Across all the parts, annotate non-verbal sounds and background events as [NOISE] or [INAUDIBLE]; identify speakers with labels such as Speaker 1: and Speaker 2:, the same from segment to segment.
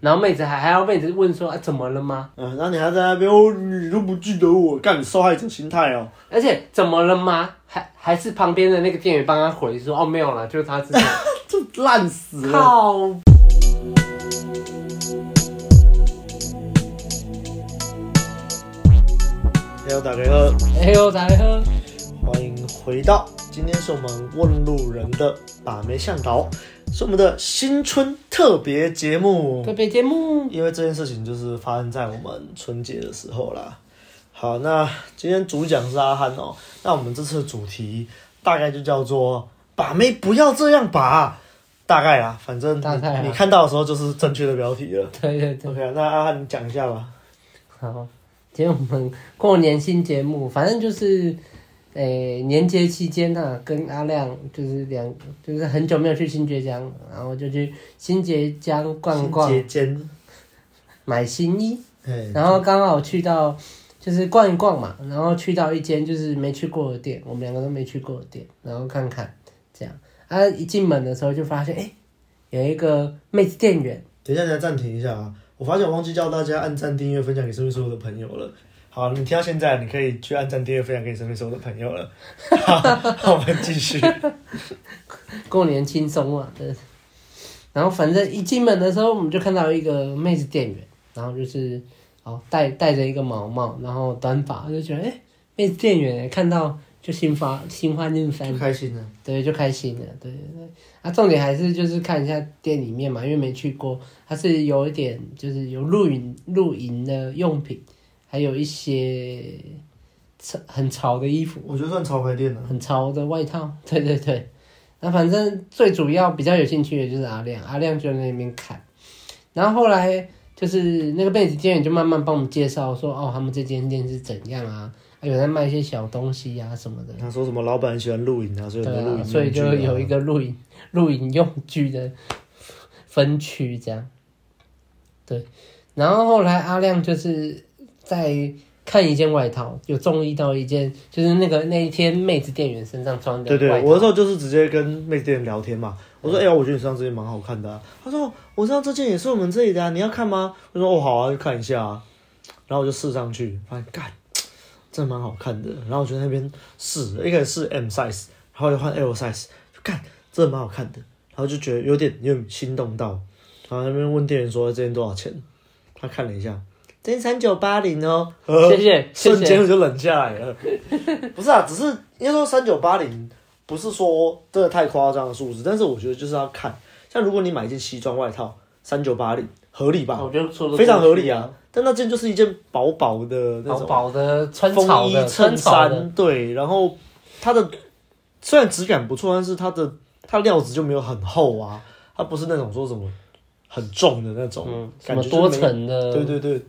Speaker 1: 然后妹子还还要妹子问说啊怎么了吗？
Speaker 2: 嗯，然后你还在那边哦，你都不记得我，干你受害者心态哦。
Speaker 1: 而且怎么了吗？还还是旁边的那个店员帮他回说哦没有啦，就是他自己。
Speaker 2: 这烂死了。
Speaker 1: 靠！
Speaker 2: h e 大家好，
Speaker 1: 哎呦，大家好，
Speaker 2: 欢迎回到，今天是我们问路人的把妹向导，是我们的新春特别节目
Speaker 1: 特。别节目
Speaker 2: 因为这件事情就是发生在我们春节的时候啦。好，那今天主讲是阿汉哦，那我们这次的主题大概就叫做“把妹不要这样把”，大概啊，反正你,、
Speaker 1: 大概啊
Speaker 2: 你看到的时候就是正确的标题了。
Speaker 1: 对对对，
Speaker 2: OK，啊那阿汉你讲一下吧。
Speaker 1: 好，今天我们过年新节目，反正就是，诶、年节期间呢、跟阿亮就是两，就是很久没有去新觉江，然后就去新觉江逛逛，
Speaker 2: 节间，
Speaker 1: 买新衣，
Speaker 2: 哎，
Speaker 1: 然后刚好去到就是逛一逛嘛，然后去到一间就是没去过的店，我们两个都没去过的店，然后看看这样。啊，一进门的时候就发现，哎、有一个妹子店员，
Speaker 2: 等一下，你来暂停一下啊！我发现我忘记叫大家按赞、订阅、分享给身边所有的朋友了。好，你听到现在，你可以去按赞、订阅、分享给身边所有的朋友了。好，我们继
Speaker 1: [LAUGHS]
Speaker 2: 续。
Speaker 1: 过年轻松嘛，对。然后反正一进门的时候，我们就看到一个妹子店员，然后就是哦戴戴着一个毛帽，然后短发，就觉得哎、诶妹子店员看到就心发心花怒放
Speaker 2: 很，开心呢。
Speaker 1: 对，就开心了，对对对。啊，重点还是就是看一下店里面嘛，因为没去过，它是有一点就是有露营露营的用品，还有一些潮很潮的衣服，
Speaker 2: 我觉得算潮牌店了。
Speaker 1: 很潮的外套，对对对。那反正最主要比较有兴趣的就是阿亮，阿亮就在那边看，然后后来就是那个妹子店员就慢慢帮我们介绍说，哦，他们这间店是怎样啊，啊有在卖一些小东西啊什么的。
Speaker 2: 他说什么？老板喜欢露营啊，所以有
Speaker 1: 对
Speaker 2: 个露营、
Speaker 1: 啊，所以就有一
Speaker 2: 个。
Speaker 1: 个露营露营用具的分区这样。对，然后后来阿亮就是在看一件外套，有中意到一件，就是那个那一天妹子店员身上穿的
Speaker 2: 对对
Speaker 1: 外，套嗯
Speaker 2: 我那时候就是直接跟妹子店聊天嘛。我说：“哎、呀，我觉得你身上这件蛮好看的、啊。”他说：“我知道这件也是我们这里的、啊，你要看吗？”我说：“哦，好啊，就看一下、啊。”然后我就试上去，发现干，真的蛮好看的。然后我就在那边试，一开始试 M size，然后又换 L size，就干，真的蛮好看的。然后就觉得有点有点心动到，然后那边问店员说：“这件多少钱？”他看了一下，这件三九八
Speaker 1: [LAUGHS]
Speaker 2: 零哦。
Speaker 1: 谢谢谢
Speaker 2: 瞬
Speaker 1: 谢
Speaker 2: 间我就冷下来
Speaker 1: [LAUGHS]
Speaker 2: 了。不是啊，只是应该说三九八零不是说真的太夸张的数字，但是我觉得就是要看，像如果你买一件西装外套三九八零合理吧，
Speaker 1: 我觉得说得
Speaker 2: 非常
Speaker 1: 过去
Speaker 2: 合理啊。但那件就是一件薄薄的那
Speaker 1: 薄
Speaker 2: 种
Speaker 1: 薄的穿
Speaker 2: 风
Speaker 1: 哦草
Speaker 2: 衣
Speaker 1: 的
Speaker 2: 衬
Speaker 1: 穿草的，
Speaker 2: 衫，对，然后它的虽然质感不错，但是它的它料子就没有很厚啊，它不是那种说什么很重的那种，
Speaker 1: 嗯，什
Speaker 2: 感
Speaker 1: 么
Speaker 2: 觉
Speaker 1: 多
Speaker 2: 就是没
Speaker 1: 层的，
Speaker 2: 对对对，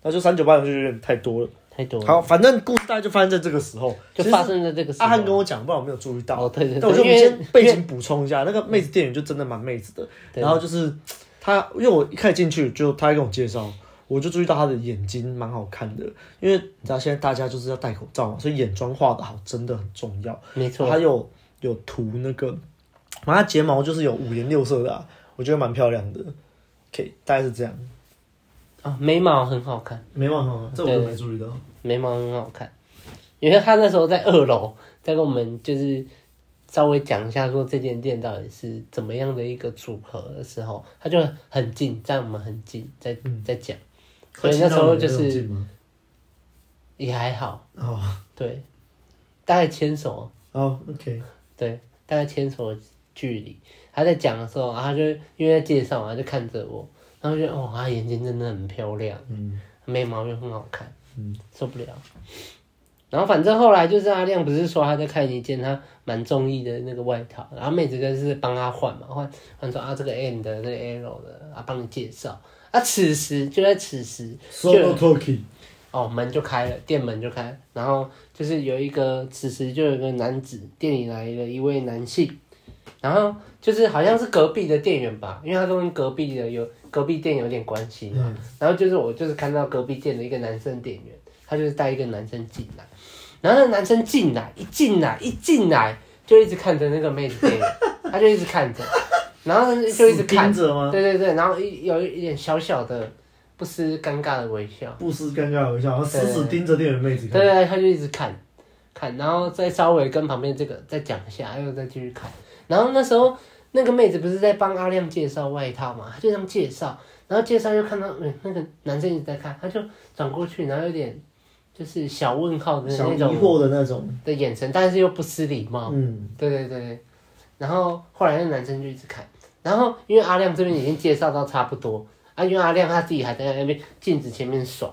Speaker 2: 那就三九八零就有点太多了。
Speaker 1: 太多了，
Speaker 2: 好，反正故事大概就发生在这个时候，
Speaker 1: 就
Speaker 2: 其实
Speaker 1: 发生在这个时候。
Speaker 2: 阿汉跟我讲，不然我没有注意到。
Speaker 1: 哦对对对
Speaker 2: 但我就
Speaker 1: 因为
Speaker 2: 先背景补充一下，那个妹子店员就真的蛮妹子的。
Speaker 1: 对
Speaker 2: 然后就是她，因为我一开始进去就她跟我介绍，我就注意到她的眼睛蛮好看的，因为你知道现在大家就是要戴口罩嘛，所以眼妆画的好真的很重要。
Speaker 1: 没错，
Speaker 2: 她有有涂那个，然后她睫毛就是有五颜六色的、啊，我觉得蛮漂亮的。OK，大概是这样。
Speaker 1: 啊，眉毛很好看，
Speaker 2: 眉毛很好，这我就
Speaker 1: 嗯对
Speaker 2: 没注意到。
Speaker 1: 眉毛很好看，因为他那时候在二楼，在跟我们就是稍微讲一下说这间店到底是怎么样的一个组合的时候，他就很近，在我们很近，在在讲，所以那时候就
Speaker 2: 会亲到你的那种
Speaker 1: 是
Speaker 2: 劲吗
Speaker 1: 也还好，
Speaker 2: 哦。
Speaker 1: 对，大概牵手，
Speaker 2: 哦、o k
Speaker 1: 对，大概牵手的距离。他在讲的时候，然后他就因为在介绍嘛，他就看着我，然后就哦，他眼睛真的很漂亮，
Speaker 2: 嗯，
Speaker 1: 眉毛又很好看，
Speaker 2: 嗯，
Speaker 1: 受不了。然后反正后来就是阿亮不是说他在看一件他蛮中意的那个外套，然后妹子就是帮他换嘛，换换说啊这个 M 的这个 L 的啊帮你介绍。啊，此时就在此时，
Speaker 2: Solo Talkie，
Speaker 1: 哦，门就开了，店门就开了，然后就是有一个，此时就有一个男子，店里来了一位男性，然后就是好像是隔壁的店员吧，因为他都跟隔壁的有隔壁店有点关系
Speaker 2: 嗯
Speaker 1: 嘛，然后就是我就是看到隔壁店的一个男生店员，他就是带一个男生进来，然后那男生
Speaker 2: [LAUGHS]
Speaker 1: 进来一进来一进来就一直看着那个妹子店员，他就一直看着，然后就一直看
Speaker 2: 死盯，着吗？
Speaker 1: 对对对，然后一有一点小小的不失尴尬的微笑，
Speaker 2: 不失尴尬的微笑，然后死死
Speaker 1: 对
Speaker 2: 盯着店员妹子
Speaker 1: 对
Speaker 2: 看。
Speaker 1: 对对，他就一直看，看，然后再稍微跟旁边这个再讲一下，又再继续看，然后那时候那个妹子不是在帮阿亮介绍外套嘛，她就这样介绍，然后介绍就看到嗯那个男生一直在看，他就转过去，然后有点就是小问号的
Speaker 2: 小
Speaker 1: 那
Speaker 2: 疑
Speaker 1: 种
Speaker 2: 惑的那种，
Speaker 1: 的眼神，但是又不失礼貌，
Speaker 2: 嗯，
Speaker 1: 对对对对，然后后来那男生就一直看，然后因为阿亮这边已经介绍到差不多，啊，因为阿亮他自己还在那边镜子前面爽，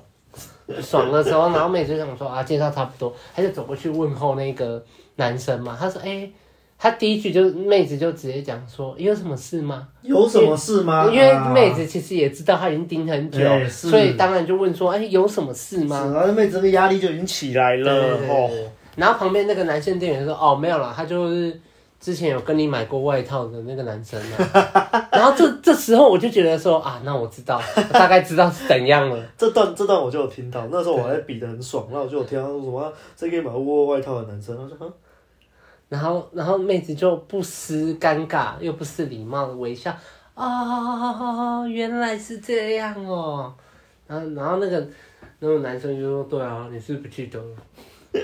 Speaker 1: 爽的时候，然后妹子就想说啊，介绍差不多，他就走过去问候那个男生嘛，他说哎、他第一句就妹子就直接讲
Speaker 2: 啊
Speaker 1: 说有什么事吗？
Speaker 2: 有什么事吗？
Speaker 1: 因为
Speaker 2: 啊
Speaker 1: 妹子其实也知道他已经盯很久，
Speaker 2: 哎是
Speaker 1: 所以当然就问说哎、有什么事
Speaker 2: 啊是，
Speaker 1: 吗？
Speaker 2: 然后妹子的压力就已经起来了
Speaker 1: 对对对
Speaker 2: 哦。
Speaker 1: 对然后旁边那个男性店员说：“哦，没有啦，他就是之前有跟你买过外套的那个男生啊。” [LAUGHS] 然后这这时候我就觉得说啊，那我知道，我大概知道是怎样了。 [LAUGHS]
Speaker 2: 这段这段我就有听到，那时候我还比得很爽，然后我就有听到说什么这可以买窝外套的男生，他说哼啊
Speaker 1: 然后然后妹子就不失尴尬又不失礼貌的微笑，哦，原来是这样哦。然后然后那个那个男生就说：“对啊，你是不是不记得了。”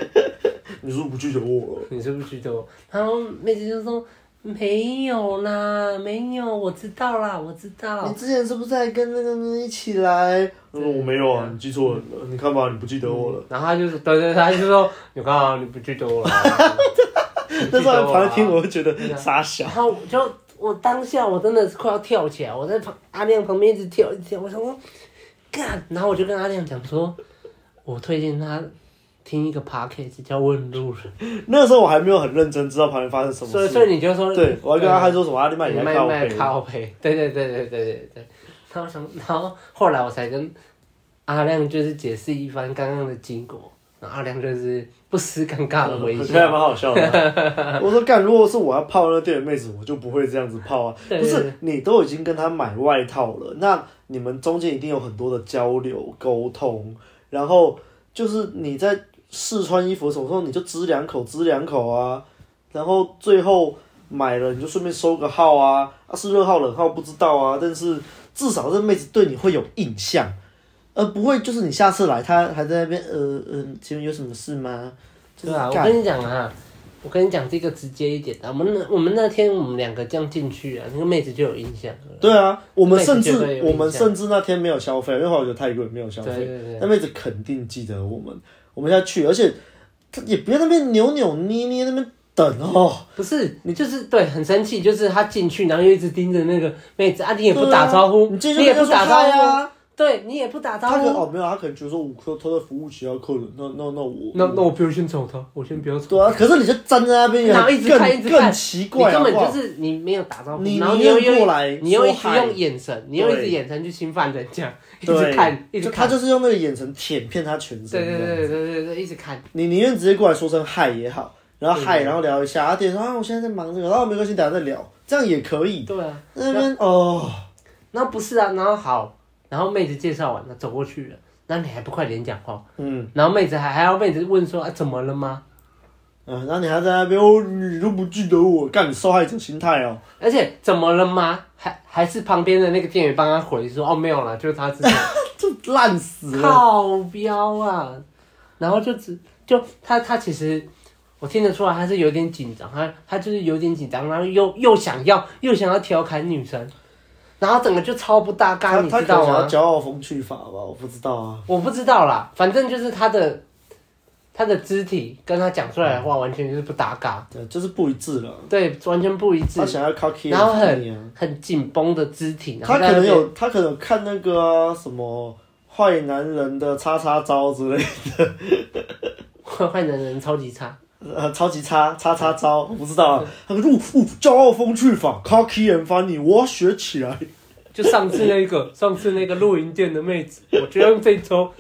Speaker 2: 你是不拒绝我了？
Speaker 1: 你是不是觉得我？然后妹子就说没有啦，没有，我知道啦，我知道
Speaker 2: 你。之前是不是还跟那个人一起来？他说我没有啊，你记错人了，你看吧，你不记得我了。
Speaker 1: 然后他就说，对对，对他就说，你看啊，你不记得 [LAUGHS] 我了。
Speaker 2: 那时候在旁边听，
Speaker 1: 我啊
Speaker 2: 我就觉得傻
Speaker 1: 记得
Speaker 2: 小
Speaker 1: 啊啦。。然后我就我当下我真的是快要跳起来，我在旁阿亮旁边一直跳一直跳，我想说干，然后我就跟阿亮讲说，我推荐他听一个 podcast 叫《问路人
Speaker 2: 那时候我还没有很认真知道旁边发生什》，
Speaker 1: 所
Speaker 2: 么
Speaker 1: 以所
Speaker 2: 事。
Speaker 1: 以你就说，
Speaker 2: 对，我还跟他还说什么阿里麦你
Speaker 1: 卖
Speaker 2: 来靠
Speaker 1: 卖
Speaker 2: 背，
Speaker 1: 靠背，对对对对对对对。然后什么？然后后来我才跟阿亮就是解释一番刚刚的经过，然后阿亮就是不失尴尬的微 [LAUGHS]
Speaker 2: 我觉得还
Speaker 1: 笑。
Speaker 2: 蛮好笑的啊。
Speaker 1: [LAUGHS]
Speaker 2: 我说干，如果是我要泡那个店员妹子，我就不会这样子泡啊。
Speaker 1: 对
Speaker 2: 不是，你都已经跟他买外套了，那你们中间一定有很多的交流沟通，然后就是你在试穿衣服的时候，时候你就支两口，支两口啊，然后最后买了你就顺便收个号啊，啊是热号冷号不知道啊，但是至少这妹子对你会有印象，而不会就是你下次来她还在那边呃呃，请问有什么事吗？
Speaker 1: 对啊，
Speaker 2: 就是
Speaker 1: 我
Speaker 2: 干
Speaker 1: 跟你讲啊，我跟你讲这个直接一点的、我们那我们那天我们两个这样进去啊，那个妹子就有印象了。
Speaker 2: 对啊，我们甚
Speaker 1: 妹子就会
Speaker 2: 至
Speaker 1: 有
Speaker 2: 我们
Speaker 1: 印象
Speaker 2: 甚至那天没有消费，因为后来我觉得泰国也没有消
Speaker 1: 对
Speaker 2: 费
Speaker 1: 对。对
Speaker 2: 那妹子肯定记得我们，我们要去，而且她也不要那边扭扭捏捏那边等哦，
Speaker 1: 不是你就是对，很生气，就是他进去，然后又一直盯着那个妹子啊，你也不打招呼，
Speaker 2: 你进去
Speaker 1: 你也不
Speaker 2: 跟
Speaker 1: 打
Speaker 2: 她说嗨
Speaker 1: 招呼，
Speaker 2: 啊。
Speaker 1: 对你也不打招
Speaker 2: 他可能
Speaker 1: 呼。
Speaker 2: 哦没有，他可能觉得说我他在服务其他客人，那那那我
Speaker 1: 那那我不用先走他，我先不要走。
Speaker 2: 对啊，可是你就站在那边也
Speaker 1: 然后
Speaker 2: 很
Speaker 1: 一直
Speaker 2: 更
Speaker 1: 看一直看
Speaker 2: 更奇怪，啊
Speaker 1: 你根本
Speaker 2: 好不好
Speaker 1: 就是你没有打招呼，
Speaker 2: 你
Speaker 1: 然后
Speaker 2: 你
Speaker 1: 又
Speaker 2: 又过来
Speaker 1: 你又
Speaker 2: 说
Speaker 1: 一直
Speaker 2: 嗨
Speaker 1: 用眼神，你又一直
Speaker 2: 对
Speaker 1: 眼神去侵犯人家，一
Speaker 2: 对
Speaker 1: 直看，一直
Speaker 2: 就他
Speaker 1: 看，
Speaker 2: 就是用那个眼神舔骗他全
Speaker 1: 对
Speaker 2: 身
Speaker 1: 对
Speaker 2: 这样
Speaker 1: 对
Speaker 2: 子。
Speaker 1: 对对对，一直看，
Speaker 2: 你宁愿直接过来说声嗨也好，然后
Speaker 1: 对
Speaker 2: 嗨，然后聊一下，啊，点说啊，我现在在忙这个，然后没关系，等下再聊，这样也可以。
Speaker 1: 对啊，
Speaker 2: 那边哦，
Speaker 1: 然后不是啊，然后好，然后妹子介绍完了，走过去了，那你还不快点讲话？
Speaker 2: 嗯
Speaker 1: 然后妹子还还要妹子问说啊怎么了吗？
Speaker 2: 嗯，然后你还在那边哦，你都不记得我，干你受害者心态哦。 [LAUGHS]
Speaker 1: 而且怎么了吗？还还是旁边的那个店员帮他回说哦没有啦，就是他自己。
Speaker 2: 这烂死了。
Speaker 1: 靠标啊！然后就只就他他其实我听得出来他是有点紧张，他他就是有点紧张，然后又又想要又想要调侃女生，然后整个就超不搭嘎，
Speaker 2: 他
Speaker 1: 你
Speaker 2: 他
Speaker 1: 知
Speaker 2: 可能
Speaker 1: 道
Speaker 2: 想要
Speaker 1: 吗？
Speaker 2: 骄傲风趣法吧，我不知道啊。
Speaker 1: 我不知道啦，反正就是他的他的肢体跟他讲出来的话完全就是不搭嘎，
Speaker 2: 对，就是不一致了。
Speaker 1: 对，完全不一致
Speaker 2: 他，想要 cocky，
Speaker 1: 然后
Speaker 2: 很啊。
Speaker 1: 很紧绷的肢体，然后
Speaker 2: 他可
Speaker 1: 在那
Speaker 2: 能
Speaker 1: 边
Speaker 2: 有，他可能有看那个啊、什么坏男人的叉叉招之类
Speaker 1: 坏人人超级差，
Speaker 2: 的，呃，超级叉叉叉招，我不知道啊。他说，哦哦，骄傲风趣法，cocky and funny，我要学起来。 [LAUGHS]
Speaker 1: 就上次那个 [LAUGHS] 上次那个露营店的妹子，我就用这招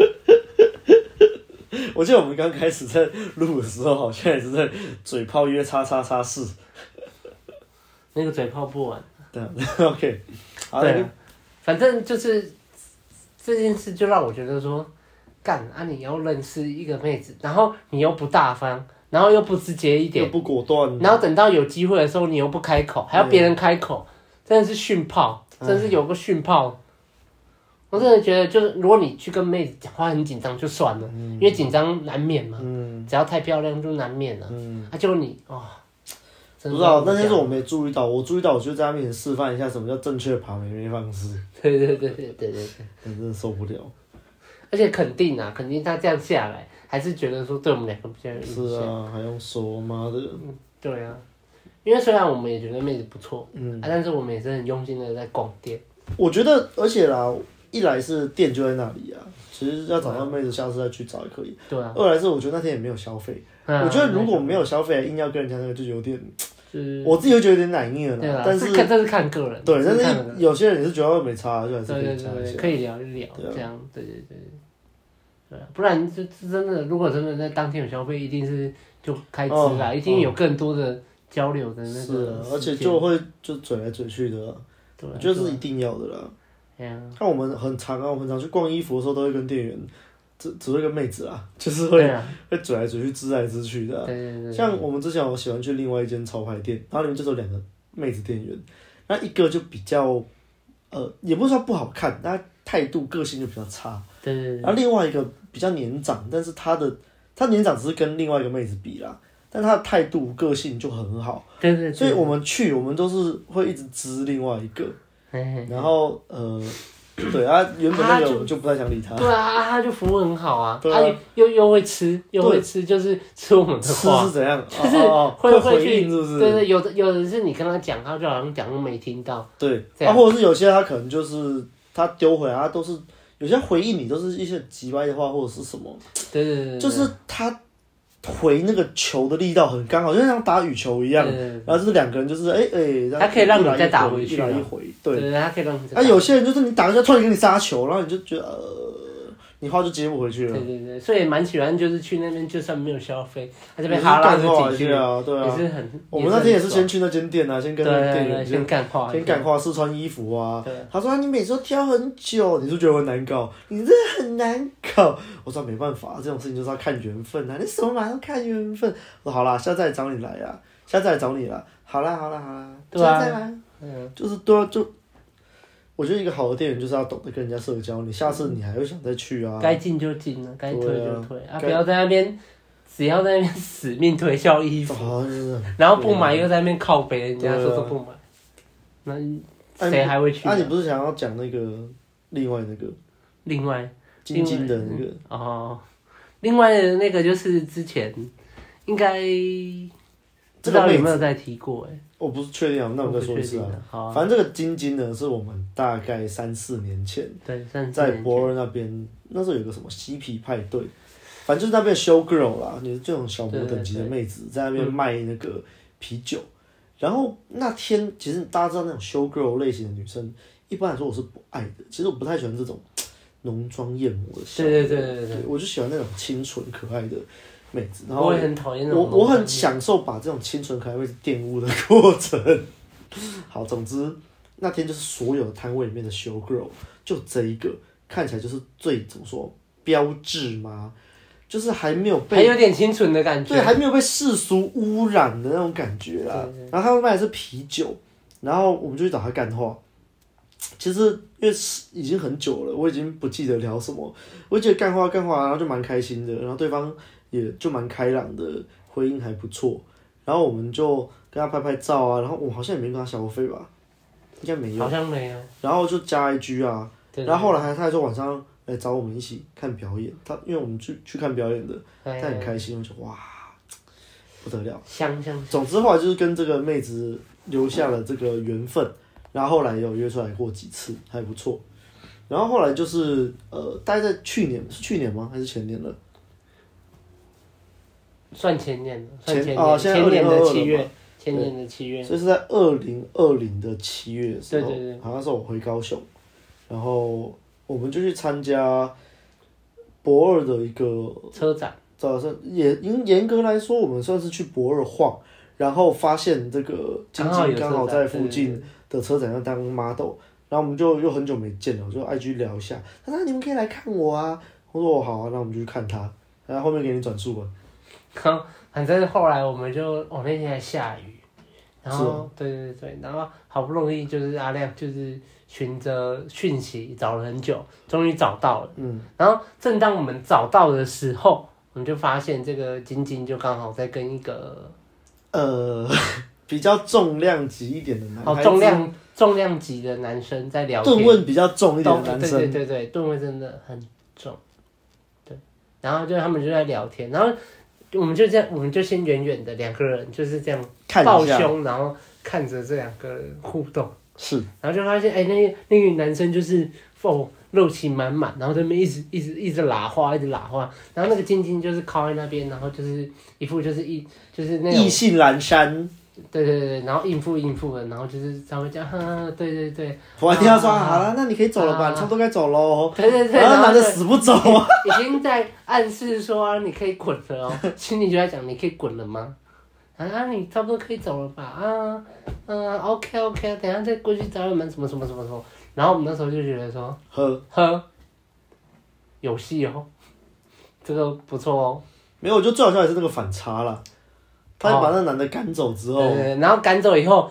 Speaker 2: 我记得我们刚开始在录的时候，好像也是在嘴炮约叉叉叉式。
Speaker 1: 那个嘴炮不完。
Speaker 2: 对啊 [LAUGHS] ，OK，好
Speaker 1: 对
Speaker 2: 嘞
Speaker 1: 啊。反正就是这件事，就让我觉得说，干啊，你要认识一个妹子，然后你又不大方，然后又不直接一
Speaker 2: 又
Speaker 1: 点，
Speaker 2: 不果断，
Speaker 1: 然后等到有机会的时候，你又不开口，还要别人开口，真的是训炮，真的是有个训炮。我真的觉得，就是如果你去跟妹子讲话很紧张就算了，因为紧张难免嘛，
Speaker 2: 嗯
Speaker 1: 只要太漂亮就难免了。
Speaker 2: 嗯，
Speaker 1: 啊，结果你哦，
Speaker 2: 不
Speaker 1: 真的
Speaker 2: 知道
Speaker 1: 不
Speaker 2: 那
Speaker 1: 知
Speaker 2: 天是
Speaker 1: 道
Speaker 2: 我没注意到，我注意到我就在他面前示范一下什么叫正确爬妹妹方式，
Speaker 1: 对对对对对对，
Speaker 2: 但真的受不了。
Speaker 1: 而且肯定啊，肯定他这样下来，还是觉得说对我们两个比较有印
Speaker 2: 是
Speaker 1: 象。
Speaker 2: 啊，还用说妈的，
Speaker 1: 对啊，因为虽然我们也觉得妹子不错，
Speaker 2: 嗯
Speaker 1: 啊，但是我们也是很用心的在逛店。
Speaker 2: 我觉得，而且啦，一来是店就在那里啊，其实要找到妹子，下次再去找也可以。
Speaker 1: 对啊，
Speaker 2: 二来是我觉得那天也没有消费，
Speaker 1: 啊
Speaker 2: 我觉得如果没有消费，硬要跟人家那个就有点，
Speaker 1: 是，
Speaker 2: 我自己会觉得有点难硬了
Speaker 1: 嗯对
Speaker 2: 啦
Speaker 1: 啊，。
Speaker 2: 但
Speaker 1: 是
Speaker 2: 是
Speaker 1: 看这是看个人，
Speaker 2: 对，
Speaker 1: 这看
Speaker 2: 但是有些人也是觉得没差，就还是可
Speaker 1: 对
Speaker 2: 以
Speaker 1: 对
Speaker 2: 加
Speaker 1: 对
Speaker 2: 一下
Speaker 1: 对，。可以聊一聊
Speaker 2: 对啊，
Speaker 1: 这样，对对对，对啊，不然就就真的，如果真的在当天有消费，一定是就开支啦，
Speaker 2: 哦
Speaker 1: 一定有更多的交流的那
Speaker 2: 是
Speaker 1: 个
Speaker 2: 啊
Speaker 1: 时，间，
Speaker 2: 而且就会就嘴来嘴去的啊，
Speaker 1: 对啊，
Speaker 2: 我觉得
Speaker 1: 对
Speaker 2: 是
Speaker 1: 啊
Speaker 2: 一定要的啦。
Speaker 1: 哎呀
Speaker 2: 看我们很常啊，我们常去逛衣服的时候，都会跟店员，只只会跟妹子啊，就是
Speaker 1: 对
Speaker 2: 会
Speaker 1: 啊，
Speaker 2: 会嘴来嘴去，支来支去的啊
Speaker 1: 对。对对，
Speaker 2: 像我们之前我喜欢去另外一间潮牌店，然后里面就有两个妹子店员，那一个就比较，呃，也不是说不好看，但态度个性就比较差，
Speaker 1: 对对
Speaker 2: 然后另外一个比较年长，但是她的她年长只是跟另外一个妹子比啦，但她的态度个性就很好，
Speaker 1: 对对，
Speaker 2: 所以我们去我们都是会一直支另外一个，
Speaker 1: 哎，
Speaker 2: 然后呃，对啊，原本那
Speaker 1: 啊
Speaker 2: 个
Speaker 1: 就
Speaker 2: 我们就不太想理她，
Speaker 1: 对啊，啊他就服务很好啊，
Speaker 2: 对
Speaker 1: 他
Speaker 2: 啊
Speaker 1: 又又会吃，又会吃，就是吃我们的
Speaker 2: 吃啊
Speaker 1: 话 [LAUGHS]
Speaker 2: 是，怎样？
Speaker 1: 就是
Speaker 2: 哦哦哦
Speaker 1: 会会
Speaker 2: 回
Speaker 1: 去
Speaker 2: 应是不是？
Speaker 1: 对对，有的有的是你跟他讲，他就好像讲没听到，
Speaker 2: 对，
Speaker 1: 这
Speaker 2: 啊，
Speaker 1: 样
Speaker 2: 或者是有些他可能就是他丢回来，他都是有些回应你都是一些极歪的话或者是什么，
Speaker 1: 对对对对，
Speaker 2: 就是他回那个球的力道很刚好，就像打羽球一
Speaker 1: 一
Speaker 2: 样，
Speaker 1: 对
Speaker 2: 然后就是两个人就是哎哎，
Speaker 1: 他可以让你
Speaker 2: 一来一
Speaker 1: 再打
Speaker 2: 回
Speaker 1: 回去
Speaker 2: 一来
Speaker 1: 啊
Speaker 2: 一回，对。
Speaker 1: 对，他可以让你再
Speaker 2: 啊，
Speaker 1: 打
Speaker 2: 有些人就是你打一下突然给你杀球，然后你就觉得呃，你话就接不回去了
Speaker 1: 对，对对，所以蛮喜欢，就是去那边就算没有消费，他这
Speaker 2: 也
Speaker 1: 边
Speaker 2: 是
Speaker 1: 哈拉
Speaker 2: 干
Speaker 1: 就
Speaker 2: 话一
Speaker 1: 进
Speaker 2: 些
Speaker 1: 去，
Speaker 2: 啊，对
Speaker 1: 也
Speaker 2: 啊。
Speaker 1: 是很，
Speaker 2: 我们那天也是
Speaker 1: 很
Speaker 2: 先去那间店啊，先跟
Speaker 1: 爽
Speaker 2: 那
Speaker 1: 对
Speaker 2: 个店
Speaker 1: 对对，
Speaker 2: 员
Speaker 1: 先干话，
Speaker 2: 先感化试穿衣服啊
Speaker 1: 对。
Speaker 2: 他说、啊、你每次都挑很久，你是不是觉得我很难搞？你这很难搞。我说没办法，这种事情就是要看缘分啊。你什么马上看缘分？我说好啦，下次再找你来啊，下次再找你啦。好啦好啦好啦，
Speaker 1: 对啊
Speaker 2: 下次再来。
Speaker 1: 嗯，
Speaker 2: 就是对啊，就我觉得一个好的店员就是要懂得跟人家社交。你下次你还会想再去啊？
Speaker 1: 该进就进了，该推就推
Speaker 2: 对啊
Speaker 1: 啊，
Speaker 2: 该
Speaker 1: 不要在那边，只要在那边死命推销衣服，
Speaker 2: 好像啊就是很，
Speaker 1: 然后不买又在那边靠北，人家说
Speaker 2: 对啊
Speaker 1: 都不买，那谁还会去
Speaker 2: 啊，你
Speaker 1: 呢？
Speaker 2: 不是想要讲那个另外那个
Speaker 1: 另外。
Speaker 2: 晶晶的那个？
Speaker 1: 哦，另外的那个就是之前应该不知道有没有再提过哎、
Speaker 2: 我不是确定啊，那我
Speaker 1: 不
Speaker 2: 们再说一
Speaker 1: 确
Speaker 2: 次
Speaker 1: 定
Speaker 2: 啊。
Speaker 1: 了。好啊，
Speaker 2: 反正这个晶晶呢，是我们大概三四年前
Speaker 1: 对，三
Speaker 2: 在
Speaker 1: 四年
Speaker 2: 博尔那边，那时候有个什么嬉皮派对，反正就是那边的 show girl 啦，就是这种小模等级的妹子在那边卖那个啤酒。然后那天其实大家知道那种 show girl 类型的女生，一般来说我是不爱的，其实我不太喜欢这种浓妆艳抹的小。
Speaker 1: 对对对对对
Speaker 2: 我就喜欢那种清纯可爱的妹子。然后
Speaker 1: 我也很讨厌那
Speaker 2: 我
Speaker 1: 种
Speaker 2: 我很享受把这种清纯可爱妹子玷污的过程。 [LAUGHS] 好，总之那天就是所有摊位里面的 show girl，就这一个看起来就是最怎么说标志吗？就是还没有
Speaker 1: 还
Speaker 2: 被
Speaker 1: 有点清纯的感觉，
Speaker 2: 对还没有被世俗污染的那种感觉啦。然后他们卖的是啤酒，然后我们就去找他干话。其实因为是已经很久了，我已经不记得聊什么，我就觉得干话干话，然后就蛮开心的，然后对方也就蛮开朗的，回应还不错，然后我们就跟他拍拍照啊，然后我好像也没跟他消费吧，应该没有，
Speaker 1: 好像没有。
Speaker 2: 然后就加 IG 啊，
Speaker 1: 对
Speaker 2: 然后后来还他还说晚上来找我们一起看表演，他因为我们去去看表演的，他
Speaker 1: 哎
Speaker 2: 很开心，我就哇不得了。
Speaker 1: 香香
Speaker 2: 总之后来就是跟这个妹子留下了这个缘分，然后后来有约出来过几次，还不错。然后后来就是呃，大概在去年是去年吗？还是前年了？
Speaker 1: 算前年了，算
Speaker 2: 前
Speaker 1: 前年、
Speaker 2: 哦现在
Speaker 1: 前年的
Speaker 2: 2022
Speaker 1: 七
Speaker 2: 了
Speaker 1: 月，前年的七月，
Speaker 2: 所以是在二零二零的七月的时候，
Speaker 1: 对对对
Speaker 2: 好像是我回高雄，然后我们就去参加博二的一个
Speaker 1: 车展
Speaker 2: 早上也严严格来说，我们算是去博二晃，然后发现这个晶
Speaker 1: 好有
Speaker 2: 晶
Speaker 1: 车
Speaker 2: 刚好
Speaker 1: 展
Speaker 2: 在附
Speaker 1: 对
Speaker 2: 近的车展要当 model，然后我们就又很久没见了，我就 IG 聊一下，他说你们可以来看我啊，我说哦好啊，那我们就去看他，然后后面给你转述吧。
Speaker 1: 刚，反正后来我们就，哦那天还下雨，然后对对对，然后好不容易就是阿亮就是循着讯息找了很久，终于找到了。
Speaker 2: 嗯，
Speaker 1: 然后正当我们找到的时候，我们就发现这个晶晶就刚好在跟一个
Speaker 2: 呃， [LAUGHS] 比较重量级一点的男孩
Speaker 1: 哦
Speaker 2: 子，
Speaker 1: 重量重量级的男生在聊天，
Speaker 2: 盾问比较重一点的男
Speaker 1: 对对
Speaker 2: 生，
Speaker 1: 对对，吨位真的很重。对，然后就他们就在聊天，然后我们就这样，我们就先远远的两个人就是这样
Speaker 2: 看
Speaker 1: 抱
Speaker 2: 一下，
Speaker 1: 胸，然后看着这两个人互动。
Speaker 2: 是
Speaker 1: 然后就发现，哎、那个那个男生就是哦，肉气满满，然后在那边一直一直一直拉花，一直拉花，然后那个晶晶就是靠在那边，然后就是一副就是一就是那种
Speaker 2: 意兴阑珊。
Speaker 1: 对对对，然后应付应付的，然后就是稍微讲，哈哈，对对对，
Speaker 2: 我一定要说，
Speaker 1: 啊
Speaker 2: 好了，那你可以走了吧，
Speaker 1: 啊
Speaker 2: 你差不多该走喽。
Speaker 1: 对对对，
Speaker 2: 然后
Speaker 1: 然后
Speaker 2: 男的
Speaker 1: 就
Speaker 2: 死不走，啊
Speaker 1: [LAUGHS] 已经在暗示说、啊、你可以滚了哦，
Speaker 2: [LAUGHS]
Speaker 1: 心里就在讲你可以滚了吗？啊，啊你差不多可以走了吧？啊，嗯、o k OK，等一下再过去找你们什么什么什么什么，然后我们那时候就觉得说。
Speaker 2: 呵，
Speaker 1: 呵，有戏哦，这个不错哦。
Speaker 2: 没有，我觉得最好笑的是那个反差啦。他把那男的赶走之后，
Speaker 1: 对，然后赶走以后，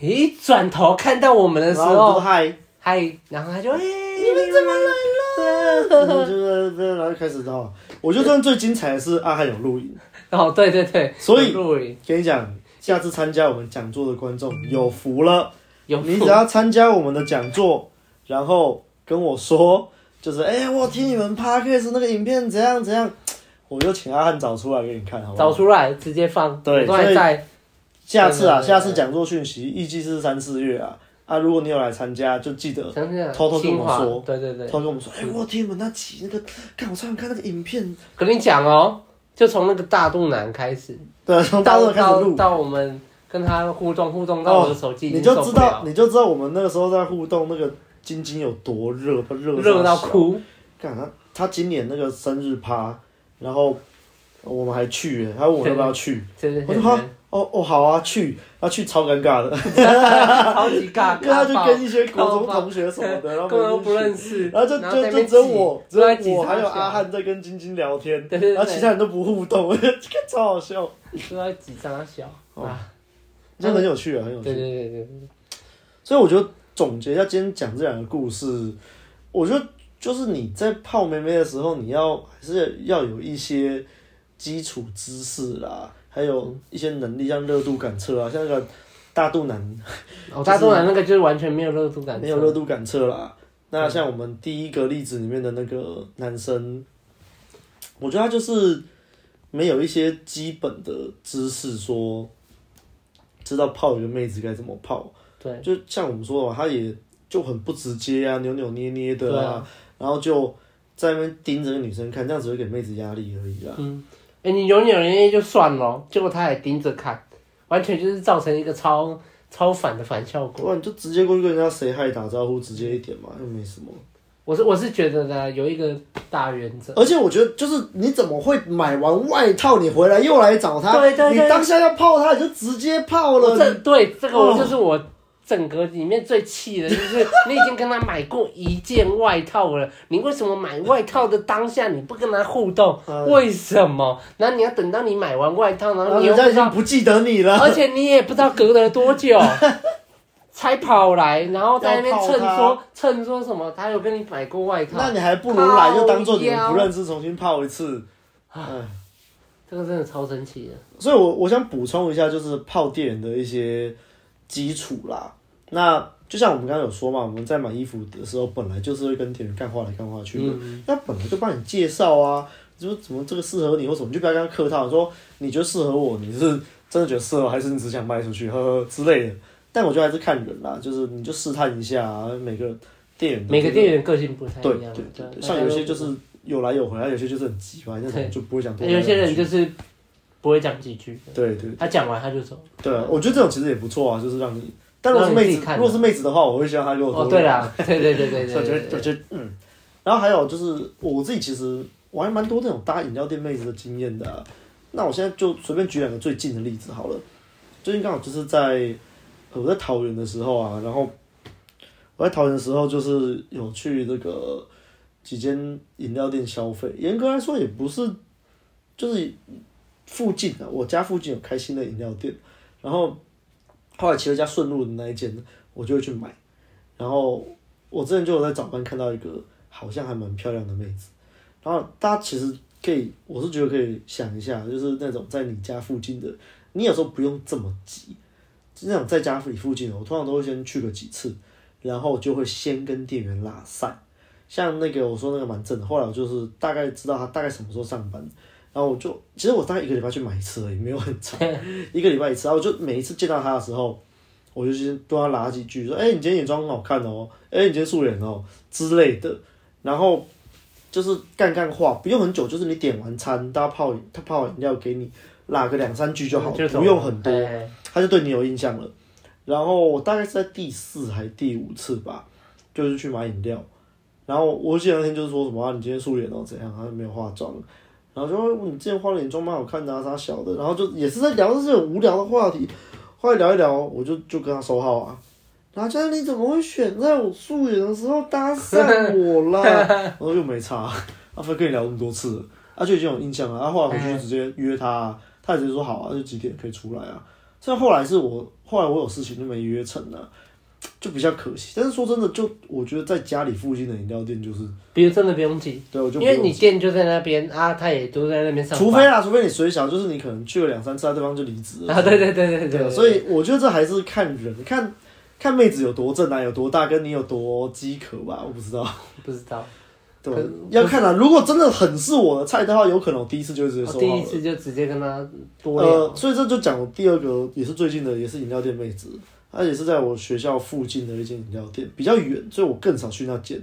Speaker 1: 咦，转头看到我们的
Speaker 2: 然
Speaker 1: 时
Speaker 2: 后我们就
Speaker 1: 候，
Speaker 2: 嗨，
Speaker 1: 嗨，然后他
Speaker 2: [LAUGHS]
Speaker 1: 就，哎、
Speaker 2: 你们怎么来了？然后就是然后就开始闹。我觉得真的最精彩的是阿汉有录影，
Speaker 1: 哦，对对对，
Speaker 2: 所以
Speaker 1: 录影
Speaker 2: 跟你讲，下次参加我们讲座的观众有福了，
Speaker 1: 有
Speaker 2: 你只要参加我们的讲座，然后跟我说，就是哎、我听你们 podcast 那个影片怎样怎样，我就请阿汉找出来给你看，好不
Speaker 1: 找
Speaker 2: 好？
Speaker 1: 出来直接放，
Speaker 2: 对
Speaker 1: 我都还在，
Speaker 2: 下次啊，
Speaker 1: 对对对
Speaker 2: 下次讲座讯息预计是三四月啊，啊，如果你有来参加，就记得
Speaker 1: 想想
Speaker 2: 呃偷偷跟
Speaker 1: 清
Speaker 2: 我
Speaker 1: 华
Speaker 2: 说，
Speaker 1: 对对对，
Speaker 2: 他跟我们说，哎、我听你们那集那个，看我上看那个影片， [LAUGHS]
Speaker 1: 跟你讲哦，就从那个大肚腩开始，
Speaker 2: 对，从大
Speaker 1: 到
Speaker 2: 陆开始
Speaker 1: 到
Speaker 2: 录，哦
Speaker 1: 到我们跟他互动互动到我的手机已
Speaker 2: 你
Speaker 1: 经
Speaker 2: 就
Speaker 1: 受
Speaker 2: 知
Speaker 1: 不
Speaker 2: 道，
Speaker 1: 了，
Speaker 2: 你就知道我们那个时候在互动，那个晶晶有多热，她热
Speaker 1: 热到
Speaker 2: 死了。
Speaker 1: 哭，
Speaker 2: 干他，他今年那个生日趴，然后我们还去耶，他问我要不要去，
Speaker 1: 真的
Speaker 2: 我说
Speaker 1: 真
Speaker 2: 好
Speaker 1: 的，
Speaker 2: 哦哦好啊，去，他去超尴尬的，
Speaker 1: 超级尬，
Speaker 2: 跟他就
Speaker 1: 尬爆
Speaker 2: 跟一些国中同学什么
Speaker 1: [LAUGHS]
Speaker 2: 的，然后
Speaker 1: 根本都
Speaker 2: 我
Speaker 1: 不
Speaker 2: 们
Speaker 1: 认识，
Speaker 2: 然后就
Speaker 1: 然后在
Speaker 2: 就
Speaker 1: 那
Speaker 2: 就
Speaker 1: 边
Speaker 2: 只有
Speaker 1: 挤
Speaker 2: 我，只
Speaker 1: 都在
Speaker 2: 有
Speaker 1: 挤
Speaker 2: 我
Speaker 1: 他
Speaker 2: 还有
Speaker 1: 小
Speaker 2: 阿汉在跟晶晶聊天，
Speaker 1: [LAUGHS] 对对对
Speaker 2: 然后其他人都不互动， [LAUGHS] 超好笑，
Speaker 1: 都在挤张小啊，
Speaker 2: 真的很有趣啊，很有
Speaker 1: 对
Speaker 2: 趣
Speaker 1: 对。对对对，
Speaker 2: 所以我觉得总结一下今天讲这两个故事，我觉得就是你在泡妹妹的时候，你要还是要有一些基础知识啦，还有一些能力，像热度感测啊，像那个大肚腩
Speaker 1: 哦，大肚腩那个就是完全没有热度感，
Speaker 2: 没有热度感测啦。那像我们第一个例子里面的那个男生，我觉得他就是没有一些基本的知识说。知道泡一个妹子该怎么泡，
Speaker 1: 对
Speaker 2: 就像我们说的嘛，他也就很不直接啊，扭扭捏捏的啊，然后就在那边盯着那女生看，这样只会给妹子压力而已啊。
Speaker 1: 哎，你扭扭捏捏就算了，结果他还盯着看，完全就是造成一个超超反的反效果。
Speaker 2: 不然你就直接过去跟人家谁嗨打招呼，直接一点嘛，又没什么。
Speaker 1: 我是我是觉得呢，有一个大原则，
Speaker 2: 而且我觉得，就是你怎么会买完外套，你回来又来找他？
Speaker 1: 对对对
Speaker 2: 你当下要泡他，你就直接泡
Speaker 1: 我
Speaker 2: 了。
Speaker 1: 这对这个
Speaker 2: 哦
Speaker 1: 我就是我。整个里面最气的就是 [LAUGHS] 你已经跟他买过一件外套了，你为什么买外套的当下你不跟他互动？
Speaker 2: 嗯
Speaker 1: 为什么？然后你要等到你买完外套，然
Speaker 2: 然
Speaker 1: 后
Speaker 2: 后
Speaker 1: 你又
Speaker 2: 呃
Speaker 1: 不知
Speaker 2: 人家已
Speaker 1: 道
Speaker 2: 经不记得啊你
Speaker 1: [LAUGHS]
Speaker 2: 了。
Speaker 1: 而且你也不知道隔了多
Speaker 2: [LAUGHS]
Speaker 1: 久才跑来，然后在那边蹭
Speaker 2: 要泡
Speaker 1: 说蹭说什么，他有跟你买过外套
Speaker 2: 那，你还不如来就当做你们
Speaker 1: 靠腰
Speaker 2: 不认识，重新泡一次。哎。
Speaker 1: 这个真的超神奇的。
Speaker 2: 所以我我想补充一下，就是泡店的一些基础啦。那就像我们刚刚有说嘛，我们在买衣服的时候，本来就是会跟店员干话来干话去的，
Speaker 1: 嗯
Speaker 2: 那、本来就帮你介绍啊，就是怎么这个适合你或什么，你就不要跟他客套，说你觉得适合我，你是真的觉得适合，还是你只想卖出去，呵呵之类的。但我觉得还是看人啦，就是你就试探一下、啊、每个店员的
Speaker 1: 每个
Speaker 2: 这
Speaker 1: 店员个性不太
Speaker 2: 对
Speaker 1: 一样，
Speaker 2: 对对
Speaker 1: 大
Speaker 2: 对，
Speaker 1: 家
Speaker 2: 像有些
Speaker 1: 都
Speaker 2: 就是有来有回，有些就是很急吧，那种
Speaker 1: 对
Speaker 2: 就不会讲多来
Speaker 1: 有
Speaker 2: 两句。
Speaker 1: 些人就是不会讲几句，
Speaker 2: 对对
Speaker 1: 他讲完他就走。
Speaker 2: 对，啊我觉得这种其实也不错啊，就是让你。但如果是
Speaker 1: 让你
Speaker 2: 妹
Speaker 1: 自己
Speaker 2: 子，
Speaker 1: 看啊
Speaker 2: 如果是妹子的话，我会希望她给我多
Speaker 1: 哦，
Speaker 2: 一
Speaker 1: 对
Speaker 2: 点。
Speaker 1: 啦， [LAUGHS] 对对对对
Speaker 2: 所以就
Speaker 1: 对
Speaker 2: 会
Speaker 1: 对
Speaker 2: 就就嗯。然后还有就是我自己其实我还蛮多那种搭饮料店妹子的经验的啊、那我现在就随便举两个最近的例子好了。最近刚好就是在呃我在桃园的时候啊，然后我在桃园的时候就是有去那个几间饮料店消费，严格来说也不是，就是附近的、啊、我家附近有开新的饮料店，然后后来骑回家顺路的那一件，我就会去买。然后我之前就有在早班看到一个好像还蛮漂亮的妹子，然后大家其实可以，我是觉得可以想一下，就是那种在你家附近的，你有时候不用这么急，就那种在家里附近的，我通常都会先去个几次，然后就会先跟店员拉塞。像那个我说那个蛮正的，后来我就是大概知道他大概什么时候上班，然后我就其实我大概一个礼拜去买一次而已，没有很
Speaker 1: [LAUGHS]
Speaker 2: 长，一个礼拜一次，然后我就每一次见到他的时候，我就先对他拉几句，说：“哎、你今天眼妆很好看哦，哎、你今天素颜哦之类的。”然后就是干干话，不用很久，就是你点完餐，他泡他泡饮料给你，拉个两三句就好，
Speaker 1: 嗯就
Speaker 2: 不用很多。
Speaker 1: 多。
Speaker 2: 他就对你有印象了。然后我大概是在第四还第五次吧，就是去买饮料，然后我记得那天就是说什么、啊、你今天素颜哦怎样，他没有化妆，然后就说你之前化的眼妆蛮好看的啊，啥小的，然后就也是在聊这些无聊的话题，后来聊一聊，我就就跟他收号啊。然后就是你怎么会选在我素颜的时候搭讪我
Speaker 1: [LAUGHS]
Speaker 2: 啦？然后就没差，阿飞跟你聊那么多次了，他就已经有印象了。他后来回去就直接约他、啊，他也直接说好啊，就几点可以出来啊。虽然后来是我，后来我有事情就没约成了、就比较可惜。但是说真的，就我觉得在家里附近的饮料店，就是
Speaker 1: 哎比如真的不用急，
Speaker 2: 对我就
Speaker 1: 因
Speaker 2: 不用
Speaker 1: 为你店就在那边啊，他也都在那边上班。
Speaker 2: 除非啦，除非你水小，就是你可能去了两三次，对方就离职
Speaker 1: [LAUGHS]
Speaker 2: 了。
Speaker 1: 啊，对对对对
Speaker 2: 对
Speaker 1: 对，
Speaker 2: 啊，所以我觉得这还是看人，看看妹子有多正啊，有多大，跟你有多饥渴吧，我不知道。
Speaker 1: 不知道，
Speaker 2: 对
Speaker 1: 可，
Speaker 2: 要看啊。如果真的很是我的菜的话，有可能我第一次就会直接
Speaker 1: 我
Speaker 2: 说
Speaker 1: 哦第
Speaker 2: 好
Speaker 1: 一
Speaker 2: 了。
Speaker 1: 次就直接跟他多聊，
Speaker 2: 呃，所以这就讲我第二个，也是最近的，也是饮料店妹子，她也是在我学校附近的一间饮料店，比较远，所以我更少去那间，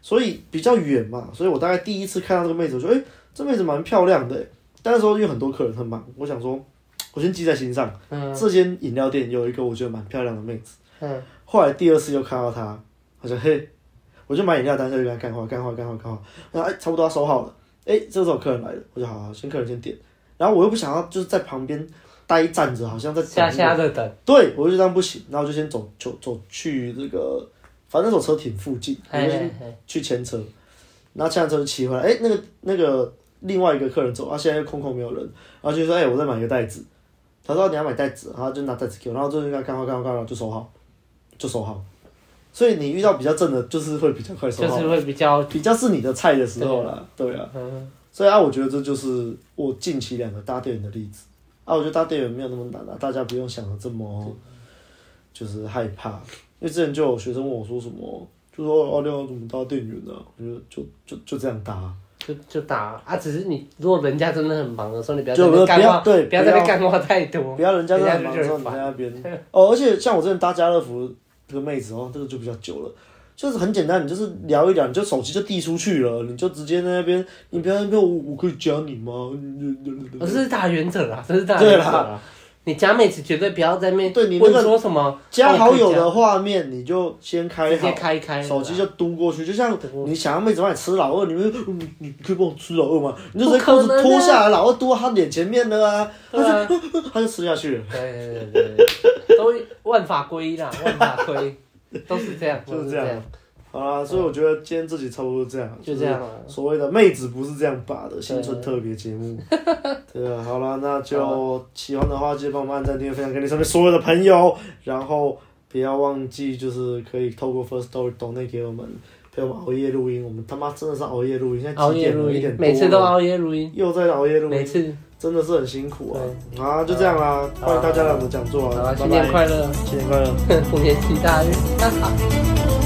Speaker 2: 所以比较远嘛，所以我大概第一次看到这个妹子，我觉得哎、诶这妹子蛮漂亮的、诶但那时候因为很多客人很忙，我想说，我先记在心上。
Speaker 1: 嗯
Speaker 2: 这间饮料店有一个我觉得蛮漂亮的妹子，
Speaker 1: 嗯，
Speaker 2: 后来第二次又看到她，我说嘿，我就买饮料单，就跟她干话，干话，干话，干话。然后哎，差不多要收好了，哎，这时候有客人来了，我就好、啊，先客人先点。然后我又不想要就是在旁边呆站着，好像在等
Speaker 1: 瞎
Speaker 2: 那个
Speaker 1: 瞎的等，
Speaker 2: 对，我就这样不行，然后我就先走走走去这个，反正那手车挺附近，我
Speaker 1: 嘿
Speaker 2: 就
Speaker 1: 嘿
Speaker 2: 先
Speaker 1: 嘿
Speaker 2: 去牵车，然后牵完车就骑回来。哎，那个那个另外一个客人走，啊，现在又空空没有人，然后就说，哎，我再买一个袋子。他说你要买袋子，然后就拿袋子给我，然后就跟他干话干话干话，就收好，就收好。所以你遇到比较正的，就是会比较快收
Speaker 1: 就
Speaker 2: 好，
Speaker 1: 是会比较，
Speaker 2: 比较是你的菜的时候啦，对啊。
Speaker 1: 嗯，
Speaker 2: 所以啊，我觉得这就是我近期两个搭店员的例子啊。我觉得搭店员没有那么难啊，大家不用想的这么就是害怕，因为之前就有学生问我说什么，就说哦，你要怎么搭店员呢、我觉得就就就这样搭啊，
Speaker 1: 就就打啊，只是你如果人家真的很忙的时候，你不要在
Speaker 2: 就
Speaker 1: 那边
Speaker 2: 不要
Speaker 1: 干话，
Speaker 2: 对
Speaker 1: 不要在那边干话太多，
Speaker 2: 不要人家在忙的
Speaker 1: 人家
Speaker 2: 时候
Speaker 1: 就
Speaker 2: 你
Speaker 1: 觉
Speaker 2: 在
Speaker 1: 得
Speaker 2: 那
Speaker 1: [LAUGHS]
Speaker 2: 边哦。而且像我之前搭家乐福这个妹子哦，这个就比较久了。就是很简单，你就是聊一聊，你就手机就递出去了，你就直接在那边，你不要在那边我我可以加你吗？
Speaker 1: [LAUGHS] 我这是大原则啦，这是大
Speaker 2: 对
Speaker 1: 原
Speaker 2: 啦
Speaker 1: 则啦。你假妹子绝对不要在面
Speaker 2: 对你那
Speaker 1: 问
Speaker 2: 个
Speaker 1: 说什么
Speaker 2: 加好友
Speaker 1: 哦
Speaker 2: 的画面你就先
Speaker 1: 可以
Speaker 2: 开
Speaker 1: 加直接
Speaker 2: 好，
Speaker 1: 开开了啦
Speaker 2: 手机就嘟过去，就像你想要妹子帮你吃老二，你们嗯你可以帮我吃老二吗？你就直
Speaker 1: 不
Speaker 2: 接
Speaker 1: 可
Speaker 2: 裤
Speaker 1: 能啊
Speaker 2: 子脱下来，老二嘟到他脸前面了啊，他
Speaker 1: 对啊
Speaker 2: 就 [LAUGHS] 他就吃下去了，
Speaker 1: 对对对对，都万法归一啦，
Speaker 2: [LAUGHS]
Speaker 1: 万法归一，都是这样，
Speaker 2: 就
Speaker 1: 都
Speaker 2: 是这
Speaker 1: 这
Speaker 2: 样
Speaker 1: 样，
Speaker 2: 好啦，所以我觉得今天这集差不多这样，
Speaker 1: 哦就这。样啊。
Speaker 2: 所谓的妹子不是这样把的，新春特别节目。 [LAUGHS] 对啊，好啦，那就喜欢的话，记得帮我们按赞、订阅、分享给你身边所有的朋友，然后不要忘记，就是可以透过 First Story 抖内给我们，陪我们熬夜录音。我们他妈真的是熬夜录音，现在
Speaker 1: 熬
Speaker 2: 几
Speaker 1: 夜
Speaker 2: 点
Speaker 1: 录
Speaker 2: 了？一
Speaker 1: 音
Speaker 2: 点，多
Speaker 1: 每次都
Speaker 2: 了
Speaker 1: 熬夜录音，
Speaker 2: 又在熬夜录
Speaker 1: 每
Speaker 2: 音，
Speaker 1: 次。
Speaker 2: 真的是很辛苦啊！啊，就这样啦，
Speaker 1: 好
Speaker 2: 欢迎大家来我们讲座
Speaker 1: 好
Speaker 2: 啊
Speaker 1: 了，，
Speaker 2: 拜
Speaker 1: 新年 [LAUGHS]
Speaker 2: 拜，
Speaker 1: 快乐，
Speaker 2: 新年快乐。
Speaker 1: 虎年行大运。